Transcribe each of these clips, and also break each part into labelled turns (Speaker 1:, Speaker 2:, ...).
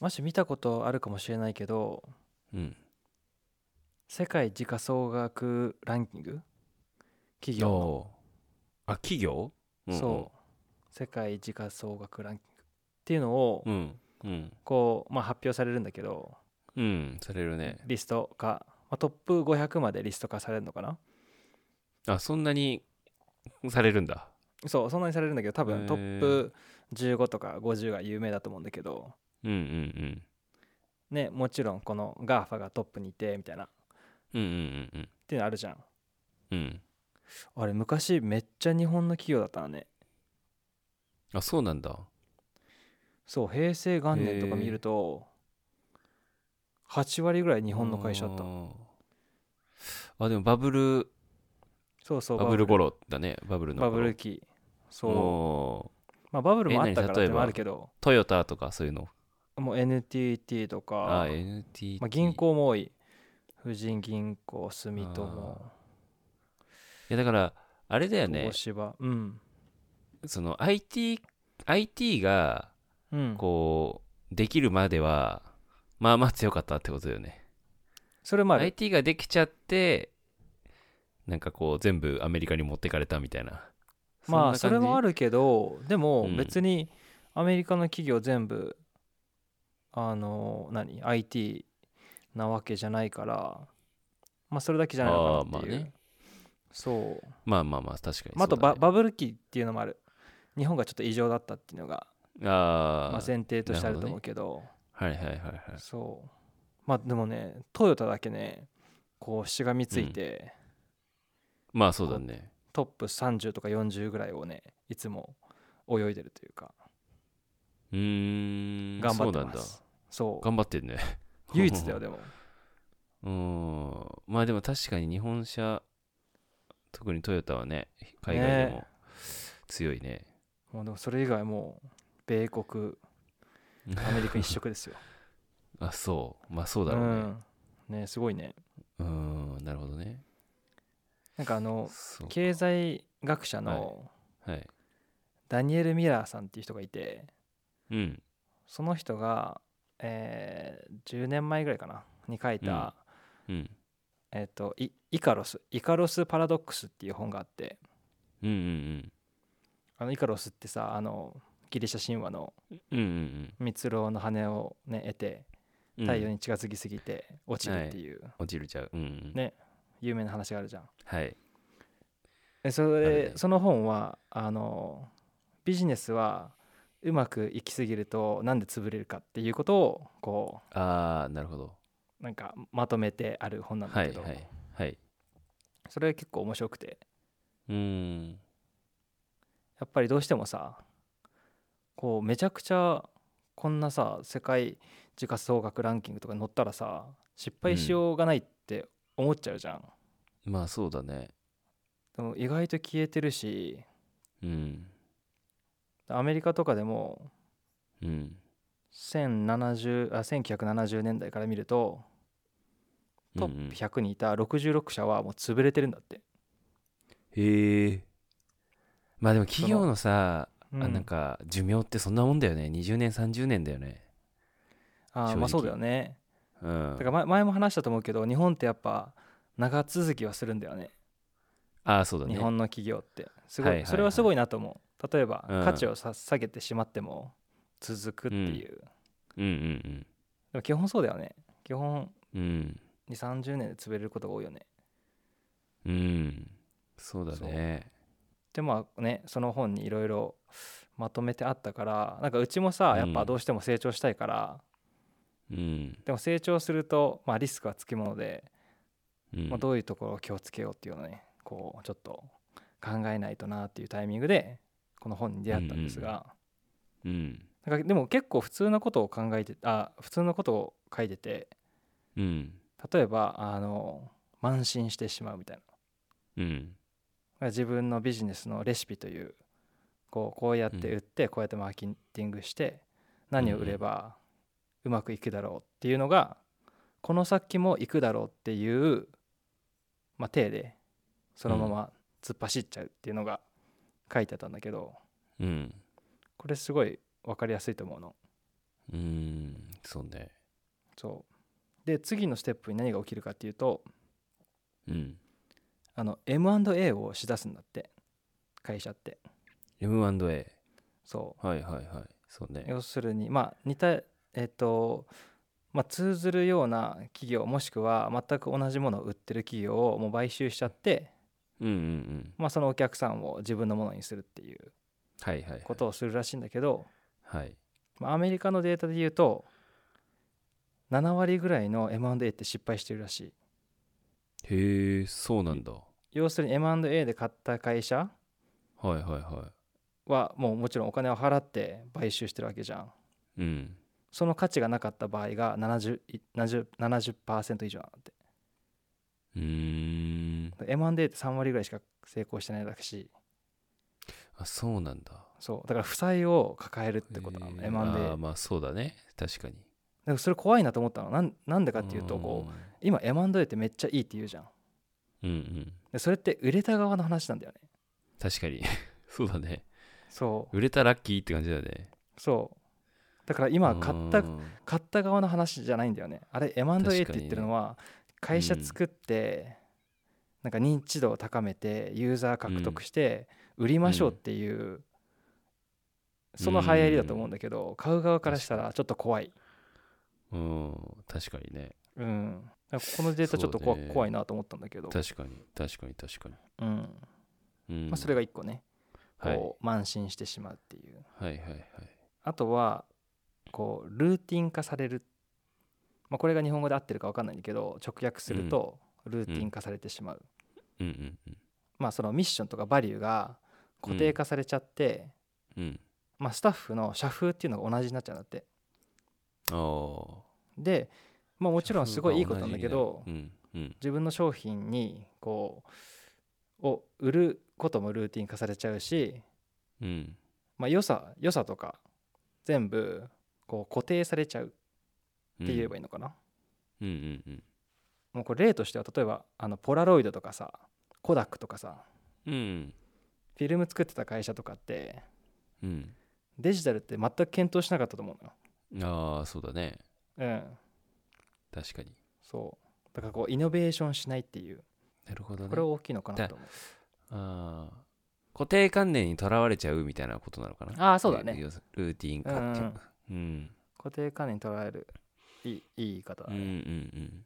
Speaker 1: もし見たことあるかもしれないけど、
Speaker 2: うん。
Speaker 1: 世界時価総額ランキング企業の、
Speaker 2: おーあ、企業
Speaker 1: そう世界時価総額ランキングっていうのを、
Speaker 2: うん。うん。うん。
Speaker 1: こう、まあ、発表されるんだけど
Speaker 2: うん。されるね。
Speaker 1: リスト化、まあ、トップ500までリスト化されるのかな
Speaker 2: あ、そんなにされるんだ。
Speaker 1: そうそんなにされるんだけど多
Speaker 2: へ
Speaker 1: 分
Speaker 2: ー
Speaker 1: トップ15とか50が有名だと思うんだけど
Speaker 2: うんうん
Speaker 1: ねもちろんこの GAFA がトップにいてみたいなっ
Speaker 2: うん。うんうんうん
Speaker 1: ていうのあるじゃん
Speaker 2: うん。うん。
Speaker 1: あれ昔めっちゃ日本の企業だったのね
Speaker 2: あ、そうなんだ。
Speaker 1: そう平成元年とか見ると8割ぐらい日本の会社だった
Speaker 2: た。あ、でもバブル、
Speaker 1: そうそう
Speaker 2: バブル頃だね。バブルの
Speaker 1: バ
Speaker 2: 頃。
Speaker 1: ブル期そう
Speaker 2: おー
Speaker 1: まあバブルもあっ
Speaker 2: え
Speaker 1: た
Speaker 2: 何
Speaker 1: からってのもあ
Speaker 2: 例えば
Speaker 1: るけど
Speaker 2: トヨタとかそういうの。
Speaker 1: もう NTT と
Speaker 2: あ
Speaker 1: か
Speaker 2: ー、NTT。
Speaker 1: まあ、銀行も多い婦人銀行住友
Speaker 2: あいや、だから、あれだよね
Speaker 1: 東。芝うん
Speaker 2: その IT、IT が、
Speaker 1: うん
Speaker 2: こう、できるまでは、まあまあ強かったってことだよね。
Speaker 1: それまで
Speaker 2: IT ができちゃって、なんかこう、全部アメリカに持ってかれたみたいな。
Speaker 1: まあそれもあ
Speaker 2: る。
Speaker 1: るけどでも
Speaker 2: うん
Speaker 1: 別にアメリカの企業全部、あの何 IT なわけじゃないからまあそれだけじゃないのかなっていう
Speaker 2: あーまあね
Speaker 1: そう
Speaker 2: まあまあまあ、確かに
Speaker 1: まあ、あと
Speaker 2: そうだ
Speaker 1: バ
Speaker 2: ね
Speaker 1: バブル期っていうのもある日本がちょっと異常だったっていうのが
Speaker 2: あー
Speaker 1: まあ、前提としてあると思うけど
Speaker 2: はいはいはいはい。
Speaker 1: そうまあでもねトヨタだけねこうしがみついて、
Speaker 2: まあそうだね。
Speaker 1: トップ30とか40ぐらいをねいつも泳いでるというか
Speaker 2: うーん。
Speaker 1: 頑張って
Speaker 2: そうなん
Speaker 1: ま
Speaker 2: だ。
Speaker 1: すそう
Speaker 2: 頑張ってんね。
Speaker 1: 唯一だよ でも
Speaker 2: うーん。まあでも確かに日本車、特にトヨタはね、海外でも強いね。
Speaker 1: もうでもそれ以外もう米国アメリカ一色ですよ
Speaker 2: あ、そう。まあそうだろうね。
Speaker 1: うんねすごいね
Speaker 2: うーん、なるほどね。
Speaker 1: なんかあの
Speaker 2: そう
Speaker 1: 経済学者の
Speaker 2: はい。
Speaker 1: ダニエル・ミラーさんっていう人がいて
Speaker 2: うん。
Speaker 1: その人が、えー10年前ぐらいかなに書いた、
Speaker 2: うん。
Speaker 1: えっ、とイイカロスイカロスパラドックスっていう本があって
Speaker 2: うんうん
Speaker 1: あのイカロスってさあのギリシャ神話の
Speaker 2: うん。うんうん
Speaker 1: 蜜蝋の羽をね得て
Speaker 2: うん。
Speaker 1: 太陽
Speaker 2: に
Speaker 1: に近づきすぎて落ちるっていう、
Speaker 2: 落ちるちゃう。うんうん。
Speaker 1: ね有名な話があるじゃん
Speaker 2: はい。
Speaker 1: えそ
Speaker 2: ある
Speaker 1: れ
Speaker 2: ね
Speaker 1: その本はあのビジネスはうまくいきすぎるとなんで潰れるかっていうことをこ
Speaker 2: ああ、なるほど。
Speaker 1: うなんかまとめてある本なんだ
Speaker 2: は
Speaker 1: け
Speaker 2: い
Speaker 1: ど、
Speaker 2: はい。はい。
Speaker 1: それが結構面白くて
Speaker 2: うーん。
Speaker 1: やっぱりどうしてもさこうめちゃくちゃこんなさ世界時価総額ランキングとかに載ったらさ失敗しようがないって思っちゃうじゃん、
Speaker 2: まあそうだね。
Speaker 1: でも意外と消えてるし
Speaker 2: うん。
Speaker 1: アメリカとかでも
Speaker 2: うん。
Speaker 1: 1070あ1970年代から見るとト
Speaker 2: うんうん
Speaker 1: ップ100にいた66社はもう潰れてるんだって、
Speaker 2: へえ。まあでも企業のさ、
Speaker 1: うん
Speaker 2: あなんか寿命ってそんなもんだよね。20年、30年だよね。
Speaker 1: あー
Speaker 2: 正
Speaker 1: ま
Speaker 2: 直
Speaker 1: あそうだよね
Speaker 2: うん
Speaker 1: だか。ら前前も話したと思うけど日本ってやっぱ長続きはするんだよね
Speaker 2: ああ、そうだね。
Speaker 1: 日本の企業ってすご
Speaker 2: はいはい
Speaker 1: い
Speaker 2: はい
Speaker 1: それはすごいなと思う例えば
Speaker 2: うん
Speaker 1: 価値をさ下げてしまっても続くっていうで
Speaker 2: うんうん
Speaker 1: も基本そうだよね基本
Speaker 2: うん。うん。
Speaker 1: 2 3 0年で潰れることが多いよね
Speaker 2: うん。そうだね。
Speaker 1: でまあねその本にいろいろまとめてあったからなんかうちもさ
Speaker 2: うん
Speaker 1: やっぱどうしても成長したいから
Speaker 2: うん。
Speaker 1: でも成長するとまあリスクはつきもので
Speaker 2: うん
Speaker 1: まあどういうところを気をつけようっていうのをねこうちょっと考えないとなっていうタイミングでこの本に出会ったんです
Speaker 2: うん
Speaker 1: が
Speaker 2: うん。
Speaker 1: なんかでも結構普通のことを考えてあ普通のことを書いてて
Speaker 2: うん。
Speaker 1: 例えばあの慢心してしまうみたいなだ
Speaker 2: うん。
Speaker 1: から自分のビジネスのレシピというこうこうやって売って、こうやってマーケティングして何を売ればうまくいくだろうっていうのがこの先も行くだろうっていう、まあ、体でそのまま突っ走っちゃうっていうのが書いてあったんだけど
Speaker 2: うん。
Speaker 1: これすごい分かりやすいと思うの。
Speaker 2: うん。そうね。
Speaker 1: そうで次のステップに何が起きるかっていうと
Speaker 2: うん。
Speaker 1: あの M&A をしだすんだって会社って
Speaker 2: M&A。
Speaker 1: そ
Speaker 2: はいはいはい。そう
Speaker 1: う
Speaker 2: ね。
Speaker 1: 要するにまあ似たえっ、とまあ通ずるような企業もしくは全く同じものを売ってる企業をもう買収しちゃって、
Speaker 2: うんうんうん。
Speaker 1: まあ、そのお客さんを自分のものにするっていう
Speaker 2: はいはいはい。
Speaker 1: ことをするらしいんだけど、
Speaker 2: はい。
Speaker 1: まあ、アメリカのデータで言うと7割ぐらいの M&A って失敗してるらしい
Speaker 2: へえ、そうなんだ。は
Speaker 1: 要するに M&A で買った会社
Speaker 2: いはいは
Speaker 1: はもうもちろんお金を払って買収してるわけじゃん
Speaker 2: い。うん。
Speaker 1: その価値がなかった場合が 70, い70 70%以上なんだって
Speaker 2: うーん。
Speaker 1: だから M&A って3割ぐらいしか成功してないらしい
Speaker 2: あ、そうなんだ。
Speaker 1: そうだから負債を抱えるってことなの
Speaker 2: へー
Speaker 1: M&A
Speaker 2: あー
Speaker 1: だか
Speaker 2: まあそうだね。確かに。
Speaker 1: らそれ怖いなと思ったのなんなんでかっていうとこう今 M&A ってめっちゃいいって言うじゃん
Speaker 2: うん。うんうん。
Speaker 1: でそれって売れた側の話なんだよね
Speaker 2: 確かに。 そうだね。
Speaker 1: そう
Speaker 2: 売れたらラッキーって感じだよね。
Speaker 1: そうだから今買った
Speaker 2: うん
Speaker 1: 買った側の話じゃないんだよねあれ M&A って言ってるのは会社
Speaker 2: うん
Speaker 1: 作ってなんか認知度を高めてユーザー獲得して売りましょうっていうその流行りだと思うんだけど買う側からしたらちょっと怖い
Speaker 2: うん。確かにね。
Speaker 1: うんだからこのデータちょっと怖
Speaker 2: そうね
Speaker 1: 怖いなと思ったんだけど
Speaker 2: 確かに。確かに確かに。
Speaker 1: うん
Speaker 2: うん。
Speaker 1: まあそれが一個ね
Speaker 2: はい、
Speaker 1: こう慢心してしまうっていう
Speaker 2: はいはいはい。
Speaker 1: あとはこうルーティン化されるまあこれが日本語で合ってるか分かんないんだけど直訳するとルーティン化されてしまう
Speaker 2: うんうん
Speaker 1: まあ、そのミッションとかバリューが固定化されちゃって、
Speaker 2: うん。うん。
Speaker 1: まあ、スタッフの社風っていうのが同じになっちゃうんだって
Speaker 2: ああ。
Speaker 1: で、まあ、もちろんすごいいいことなんだけど、
Speaker 2: うんうん
Speaker 1: 自分の商品にこうを売ることもルーティン化されちゃうし、
Speaker 2: うん
Speaker 1: まあ、良さ良さとか全部こう固定されちゃうっ
Speaker 2: うん
Speaker 1: て言えばい
Speaker 2: い
Speaker 1: いのかな、
Speaker 2: いうんうん
Speaker 1: もうこれ例としては例えばあのポラロイドとかさコダックとかさ
Speaker 2: うんうん
Speaker 1: フィルム作ってた会社とかって
Speaker 2: うん
Speaker 1: デジタルって全く検討しなかったと思うのよ。
Speaker 2: うんああそうだね
Speaker 1: うん
Speaker 2: 確かに
Speaker 1: そうだからこうイノベーションしないっていう
Speaker 2: なるほどね
Speaker 1: これは大きいのかなと思う、
Speaker 2: ああ固定観念にとらわれちゃうみたいなことなのかな
Speaker 1: ああそうだね
Speaker 2: 要すルーティン化っていうかうん
Speaker 1: 固定観念に捉えるいいいい言い方だ
Speaker 2: うんう
Speaker 1: ね、
Speaker 2: ん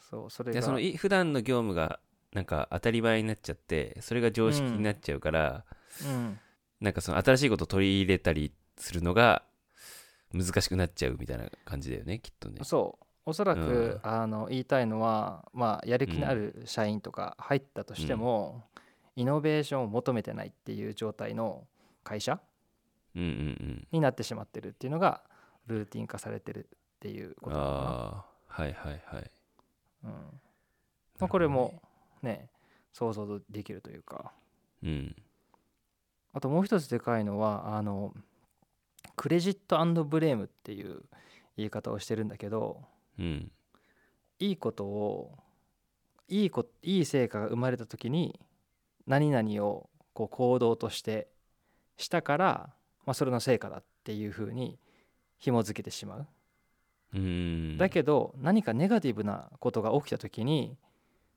Speaker 1: そうそ
Speaker 2: うん
Speaker 1: れ
Speaker 2: で
Speaker 1: が
Speaker 2: そのい普段の業務がなんか当たり前になっちゃってそれが常識になっちゃうから
Speaker 1: うん、
Speaker 2: なんかその新しいことを取り入れたりするのが難しくなっちゃうみたいな感じだよねきっとね
Speaker 1: そうおそらく
Speaker 2: うん、
Speaker 1: あの言いたいのは、まあ、やる気のある社員とか入ったとしても、イノベーションを求めてないっていう状態の会社
Speaker 2: うんうんうん
Speaker 1: になってしまってるっていうのがルーティン化されてるっていうことなのか
Speaker 2: ああはいはいはい
Speaker 1: な、うんまあ、これもね想像できるというか
Speaker 2: うん
Speaker 1: あともう一つでかいのはあのクレジットブレームっていう言い方をしてるんだけど
Speaker 2: うん
Speaker 1: いいことをいいこいい成果が生まれた時に何々をこう行動としてしたから、まあ、それの成果だっていうふうに紐づけてしまう。
Speaker 2: うん
Speaker 1: だけど何かネガティブなことが起きた時に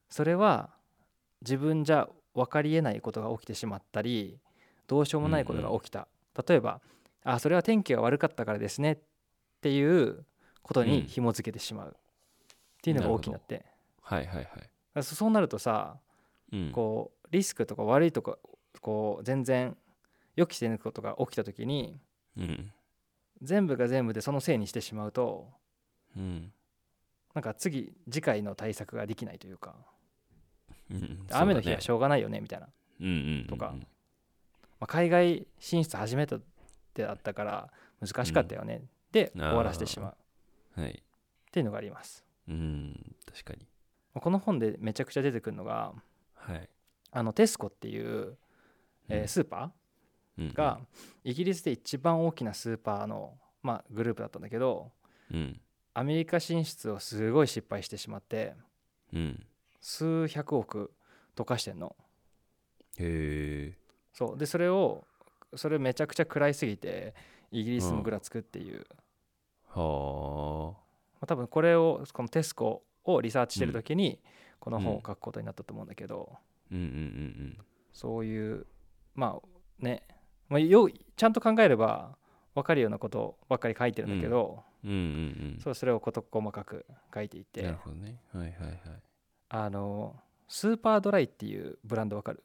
Speaker 1: それは自分じゃ分かりえないことが起きてしまったりどうしようもないことが起きた、例えば「あそれは天気が悪かったからですね」っていうこと
Speaker 2: う
Speaker 1: に
Speaker 2: ん
Speaker 1: 紐づけてしまうっていうのが大きなってだか
Speaker 2: はいはいはい
Speaker 1: らそそうなるとさ
Speaker 2: うん
Speaker 1: こうリスクとか悪いとかこう全然予期せぬことが起きた時に
Speaker 2: うん
Speaker 1: 全部が全部でそのせいにしてしまうと
Speaker 2: うん
Speaker 1: なんか次次回の対策ができないというか
Speaker 2: うん
Speaker 1: 雨の日
Speaker 2: そうだ
Speaker 1: は
Speaker 2: ね
Speaker 1: しょうがないよねみたいな、
Speaker 2: うんうんうんうん
Speaker 1: とかまあ、海外進出初めてだったから難しかったよね、で
Speaker 2: あ
Speaker 1: 終
Speaker 2: ー
Speaker 1: わらせてしまうっ
Speaker 2: はい
Speaker 1: ていうのがあります
Speaker 2: うん確かに
Speaker 1: この本でめちゃくちゃ出てくるのが
Speaker 2: はい
Speaker 1: あのテスコっていう、えースーパーがイギリスで一番大きなスーパーの、まあ、グループだったんだけど
Speaker 2: うん
Speaker 1: アメリカ進出をすごい失敗してしまって
Speaker 2: うん
Speaker 1: 数百億溶かしてんの
Speaker 2: へえ
Speaker 1: そうでそれをそれめちゃくちゃ食らいすぎてイギリスもグラつくっていう
Speaker 2: は
Speaker 1: まあ、多分これをこのテスコをリサーチしてる時にこの本
Speaker 2: う
Speaker 1: を
Speaker 2: ん
Speaker 1: 書くことになったと思うんだけど、
Speaker 2: あ。うんうんうん
Speaker 1: そういうまあね、まあ、よちゃんと考えれば分かるようなことばっかり書いてるんだけど、
Speaker 2: うん。うんうん
Speaker 1: そうそれを事細かく書いてい
Speaker 2: うん。な
Speaker 1: て
Speaker 2: るほどね。はいはいはい。
Speaker 1: あのスーパードライっていうブランド分かる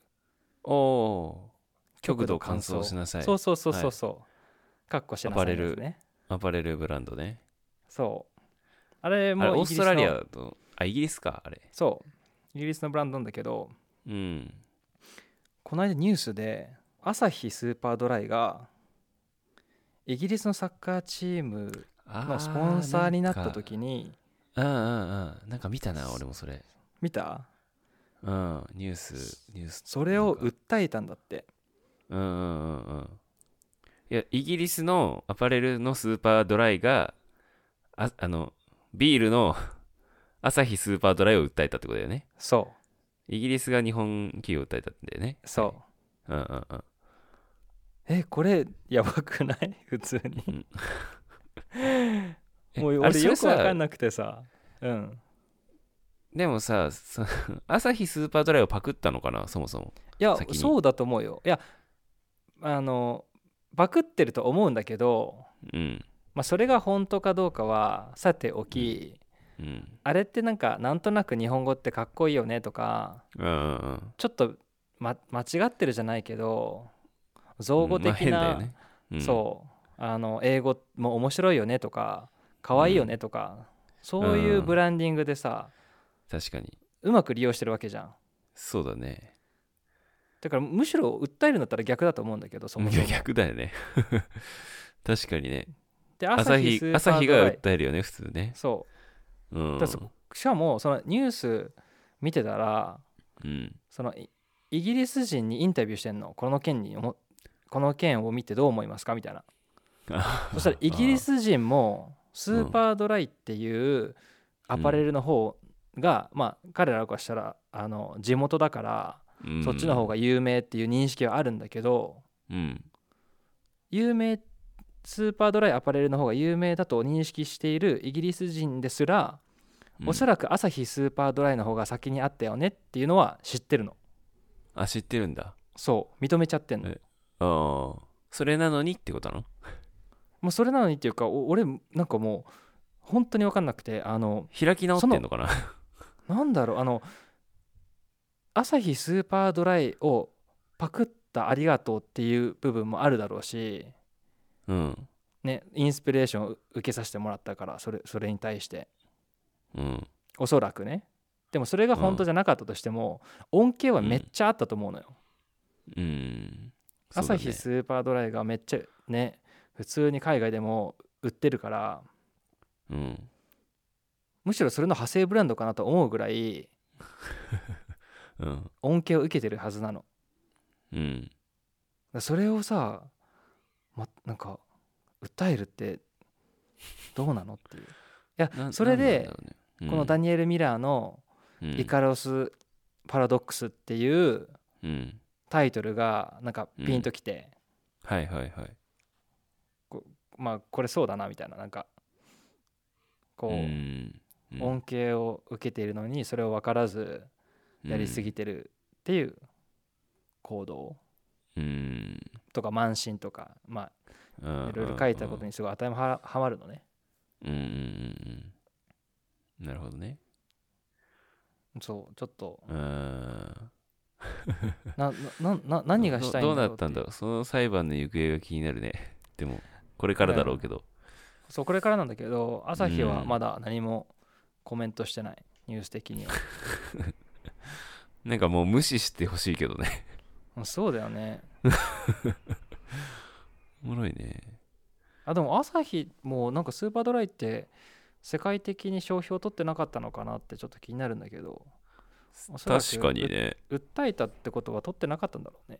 Speaker 2: おおー。極度乾
Speaker 1: 乾
Speaker 2: 燥しなさい
Speaker 1: そ。うそうそうそうそう、かっこしてなさいのやつね
Speaker 2: アパレルブランドね。
Speaker 1: そうあれ
Speaker 2: あれ、
Speaker 1: も
Speaker 2: オー
Speaker 1: イギ
Speaker 2: ス
Speaker 1: リス
Speaker 2: ト
Speaker 1: の
Speaker 2: ラリアと、あ、イギリスか、あれ。
Speaker 1: そうイギリスのブランドなんだけど
Speaker 2: うん。
Speaker 1: この間ニュースでアサヒスーパードライがイギリスのサッカーチーム
Speaker 2: あ
Speaker 1: のスポンサーになった時
Speaker 2: に。
Speaker 1: に
Speaker 2: うんうんうん。なんか見たな、俺もそれ。
Speaker 1: 見た
Speaker 2: うん。ニュース、ニュース。
Speaker 1: それを
Speaker 2: なんか
Speaker 1: 訴えたんだって
Speaker 2: うんうんうんうん。いや、イギリスのアパレルのスーパードライが、ああの、ビールの アサヒスーパードライを訴えたってことだよね。
Speaker 1: そ
Speaker 2: イギリスが日本企業を訴えたんだよね。。
Speaker 1: うそう
Speaker 2: うんうんうん。
Speaker 1: うえこれやばくない 普通
Speaker 2: う
Speaker 1: に
Speaker 2: ん
Speaker 1: もう
Speaker 2: あれ
Speaker 1: 俺
Speaker 2: それ
Speaker 1: よ
Speaker 2: さ
Speaker 1: くわかんなくてさうん
Speaker 2: でもさ、そ アサヒスーパードライをパクったのかな、そもそも。
Speaker 1: いや
Speaker 2: 先に
Speaker 1: そうだと思うよいやあのバクってると思うんだけど、
Speaker 2: うん。
Speaker 1: まあ、それが本当かどうかはさておき、
Speaker 2: うん。
Speaker 1: あれってなんかなんとなく日本語ってかっこいいよねとか
Speaker 2: うんうんうん。
Speaker 1: ちょっと、ま、間違ってるじゃないけど造語
Speaker 2: うんまあ
Speaker 1: 的
Speaker 2: 変だよ
Speaker 1: な
Speaker 2: ねうん
Speaker 1: そうあの英語も面白いよねとか可愛いよねとか、そういうブランディングでさ
Speaker 2: 確かに。
Speaker 1: うまく利用してるわけじゃん
Speaker 2: そうだね。
Speaker 1: だからむしろ訴えるんだったら逆だと思うんだけどそもそ
Speaker 2: い
Speaker 1: も
Speaker 2: や逆だよね。 確かにね。
Speaker 1: で
Speaker 2: 朝日
Speaker 1: スーパー
Speaker 2: 朝日
Speaker 1: ドラ
Speaker 2: が
Speaker 1: イ
Speaker 2: 訴えるよね、普通ね。。
Speaker 1: そううんだからそしかもそのニュース見てたら
Speaker 2: うん。
Speaker 1: そのイイギリス人にインタビューしてんのこの件に思この件を見てどう思いますかみたいなそ したらイギリス人もスーパードライっていうアパレルの方が、まあ彼らからしたらあの地元だから
Speaker 2: うん
Speaker 1: そっちの方が有名っていう認識はあるんだけど、
Speaker 2: うん
Speaker 1: 有名スーパードライアパレルの方が有名だと認識しているイギリス人ですら、おそ
Speaker 2: ら
Speaker 1: らく朝日スーパードライの方が先にあったよねっていうのは知ってるの
Speaker 2: くあ知ってるんだ
Speaker 1: そう認めちゃってんの
Speaker 2: えあーそれなのにってことなの
Speaker 1: もうそれなのにっていうかお俺なんかもう本当に分かんなくてあの
Speaker 2: 開き直ってんのかな
Speaker 1: なんだろうあのアサヒスーパードライをパクったありがとうっていう部分もあるだろうし、
Speaker 2: うん
Speaker 1: ね、インスピレーションを受けさせてもらったからそれそれに対して
Speaker 2: うん
Speaker 1: おそらくねでもそれが本当じゃなかったとしても、恩恵はめっちゃあったと思うのよ、
Speaker 2: うん
Speaker 1: アサヒ
Speaker 2: そう
Speaker 1: スーパードライがめっちゃね普通に海外でも売ってるから
Speaker 2: だね
Speaker 1: むしろそれの派生ブランドかなと思うぐらい
Speaker 2: うんうん
Speaker 1: 恩恵を受けてるはずなの
Speaker 2: うん
Speaker 1: だからそれをさ、ま、なんか訴えるってどうなのっていういや
Speaker 2: な
Speaker 1: それ
Speaker 2: なん
Speaker 1: で
Speaker 2: だろうねうん
Speaker 1: このダニエル・ミラーの「
Speaker 2: うん
Speaker 1: イカロス・パラドックス」っていう
Speaker 2: うん
Speaker 1: タイトルがなんかピンときて、
Speaker 2: はいはいはい
Speaker 1: まあこれそうだなみたいななんかこう、
Speaker 2: うんうん
Speaker 1: 恩恵を受けているのにそれを分からずやりすぎてるっていう行動
Speaker 2: うん
Speaker 1: とか慢心とかまあい
Speaker 2: い
Speaker 1: ろいろ書いたことにすごい当てはまるのね
Speaker 2: うんうんうんうんなるほどね
Speaker 1: そうちょっ と
Speaker 2: うん
Speaker 1: なななな何がしたいんだろ
Speaker 2: ど
Speaker 1: う
Speaker 2: どうなったん
Speaker 1: ってい
Speaker 2: だろうその裁判の行方が気になるねでもこれからだろうけど、
Speaker 1: うそうこれからなんだけど朝日は
Speaker 2: うん
Speaker 1: まだ何もコメントしてないニュース的には
Speaker 2: なんかもう無視してほしいけどね
Speaker 1: うんそうだよね
Speaker 2: おもろいね
Speaker 1: あでも朝日もなんかスーパードライって世界的に商標取ってなかったのかなってちょっと気になるんだけどおそらく
Speaker 2: 確かにね
Speaker 1: 訴えたってことは取ってなかったんだろうね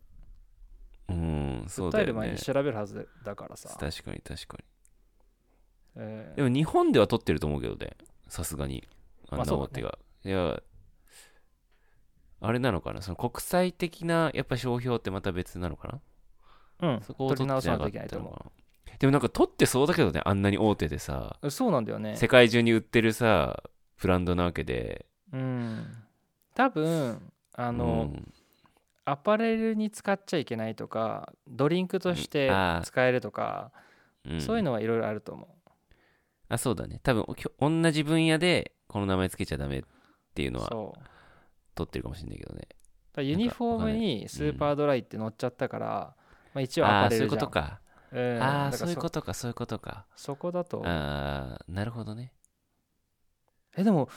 Speaker 2: うんそう
Speaker 1: 訴
Speaker 2: だ
Speaker 1: える
Speaker 2: よ
Speaker 1: 前
Speaker 2: ね
Speaker 1: に調べるはずだからさ、
Speaker 2: 確かに確か
Speaker 1: え
Speaker 2: に
Speaker 1: ー
Speaker 2: でも日本では取ってると思うけどねさすがにあ
Speaker 1: ま
Speaker 2: ん
Speaker 1: あ
Speaker 2: な
Speaker 1: そうだね
Speaker 2: 表が、いやあれなのかなその国際的なやっぱ商標ってまた別なのかな、
Speaker 1: うん
Speaker 2: そこを
Speaker 1: 取
Speaker 2: 取
Speaker 1: り
Speaker 2: っ
Speaker 1: 直
Speaker 2: て
Speaker 1: さ
Speaker 2: な
Speaker 1: なき
Speaker 2: か
Speaker 1: ゃいけな
Speaker 2: っ
Speaker 1: い
Speaker 2: た
Speaker 1: と
Speaker 2: の
Speaker 1: 思
Speaker 2: かなでもなんか取ってそうだけどねあんなに大手でさ
Speaker 1: そうなんだよね
Speaker 2: 世界中に売ってるさブランドなわけで
Speaker 1: うん多分あ
Speaker 2: あ
Speaker 1: の、アパレルに使っちゃいけないとかドリンクとして
Speaker 2: あー
Speaker 1: 使えるとか、そういうのはいろいろあると思
Speaker 2: あそうだね多分おきょ同じ分野でこの名前つけちゃダメっていう
Speaker 1: う、
Speaker 2: のは
Speaker 1: そうだか
Speaker 2: 取ってるかもしれないけどね
Speaker 1: らユニフォームにスーパードライって乗っちゃったから、まあ、一応ア
Speaker 2: ああ
Speaker 1: パ
Speaker 2: ー
Speaker 1: レ
Speaker 2: そうい
Speaker 1: ル
Speaker 2: う
Speaker 1: じゃ
Speaker 2: こ
Speaker 1: ん
Speaker 2: とか、
Speaker 1: うん
Speaker 2: あ
Speaker 1: だ
Speaker 2: あ
Speaker 1: か
Speaker 2: そ
Speaker 1: ら
Speaker 2: ういうことかそういうことか
Speaker 1: そこだと
Speaker 2: ああなるほどね
Speaker 1: えでも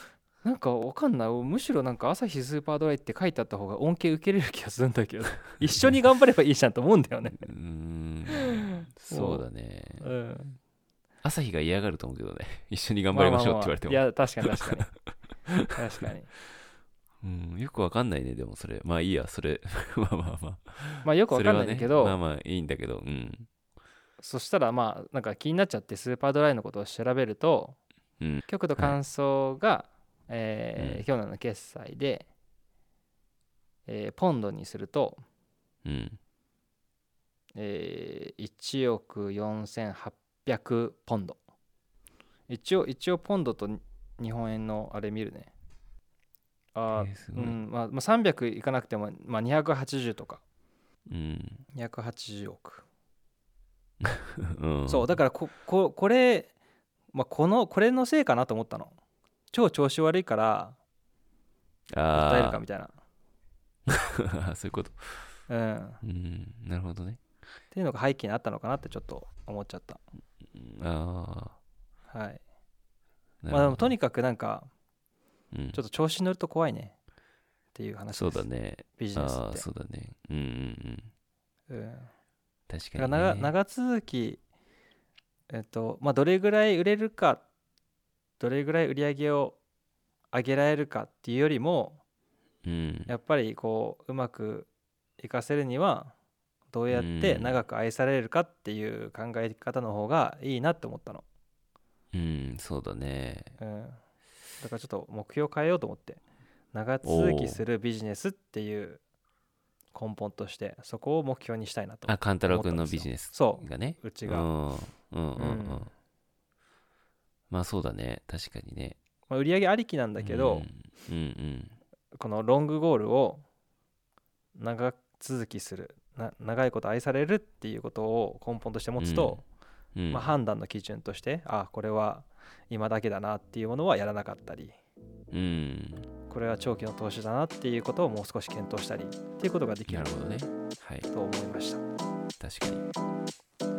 Speaker 1: なんかわかんないむしろなんか朝日スーパードライって書いてあった方が恩恵受けれる気がするんだけ ど一緒に頑張ればいいじゃんと思うんだよね、
Speaker 2: うーんそうだね
Speaker 1: うん、
Speaker 2: 朝日が嫌がると思うけどね 一緒に頑張りましょうって言われても、
Speaker 1: あああいや確かに確かに確かに
Speaker 2: うん、よくわかんないねでもそれまあいいやそれ まあまあまあ
Speaker 1: まあよくわ
Speaker 2: それ
Speaker 1: かんな
Speaker 2: はい
Speaker 1: ん
Speaker 2: ね
Speaker 1: だけどそ,、
Speaker 2: まあまあいいんだけどうん
Speaker 1: したらまあなんか気になっちゃってスーパードライのことを調べると、
Speaker 2: うん
Speaker 1: 極度感想が、えー
Speaker 2: うん
Speaker 1: 今日の決済で、えーポンドにすると、
Speaker 2: うん
Speaker 1: えー1億4800ポンド一応一応ポンドとに日本円のあれ見るねあー、
Speaker 2: えーす
Speaker 1: う
Speaker 2: ごい
Speaker 1: んまあ、まあ300いかなくても、まあ、280とか
Speaker 2: うん、
Speaker 1: 280億、
Speaker 2: うん、
Speaker 1: そうだからこここれ、まあ、このこれのせいかなと思ったの超調子悪いから
Speaker 2: ら
Speaker 1: 訴えるかみたいな、
Speaker 2: あー そういうこと
Speaker 1: うん、っ
Speaker 2: うんなるほどね
Speaker 1: ていうのが背景にあったのかなってちょっと思っちゃった
Speaker 2: うんあ
Speaker 1: はい
Speaker 2: あ
Speaker 1: まあでもと
Speaker 2: に
Speaker 1: にかくなんか
Speaker 2: うん
Speaker 1: ちょっと調子に乗ると怖いねっていう話です
Speaker 2: そうだね
Speaker 1: ビジネス
Speaker 2: あ
Speaker 1: っ
Speaker 2: あ
Speaker 1: て
Speaker 2: そうだねうんうんうん
Speaker 1: うん、
Speaker 2: 確
Speaker 1: だ
Speaker 2: か
Speaker 1: から
Speaker 2: に、ね、
Speaker 1: 長長続き、えっとまあ、どれぐらい売れるかどれぐらい売り上げを上げられるかっていうよりも
Speaker 2: うん
Speaker 1: やっぱりこううまくいかせるにはどうやって
Speaker 2: うん
Speaker 1: 長く愛されるかっていう考え方の方がいいなって思ったの、
Speaker 2: うんそうだね
Speaker 1: うん、だからちょっと目標を変えようと思って長続きするビジネスっていう根本としてそこを目標にしたいなと
Speaker 2: あ勘太郎君のビジネス
Speaker 1: そ
Speaker 2: がね
Speaker 1: ううちが、
Speaker 2: うんうんうんうん、
Speaker 1: うん
Speaker 2: まあそうだね確かにね
Speaker 1: まあ、売り上げありきなんだけど、
Speaker 2: うんうん
Speaker 1: このロングゴールを長続きするな長いこと愛されるっていうことを根本として持つと、
Speaker 2: うん、うん
Speaker 1: まあ、判断の基準としてあこれは今だけだなっていうものはやらなかったり
Speaker 2: うん
Speaker 1: これは長期の投資だなっていうことをもう少し検討したりっていうことができ
Speaker 2: な
Speaker 1: る
Speaker 2: るほどねはい
Speaker 1: と思いました。
Speaker 2: 確かに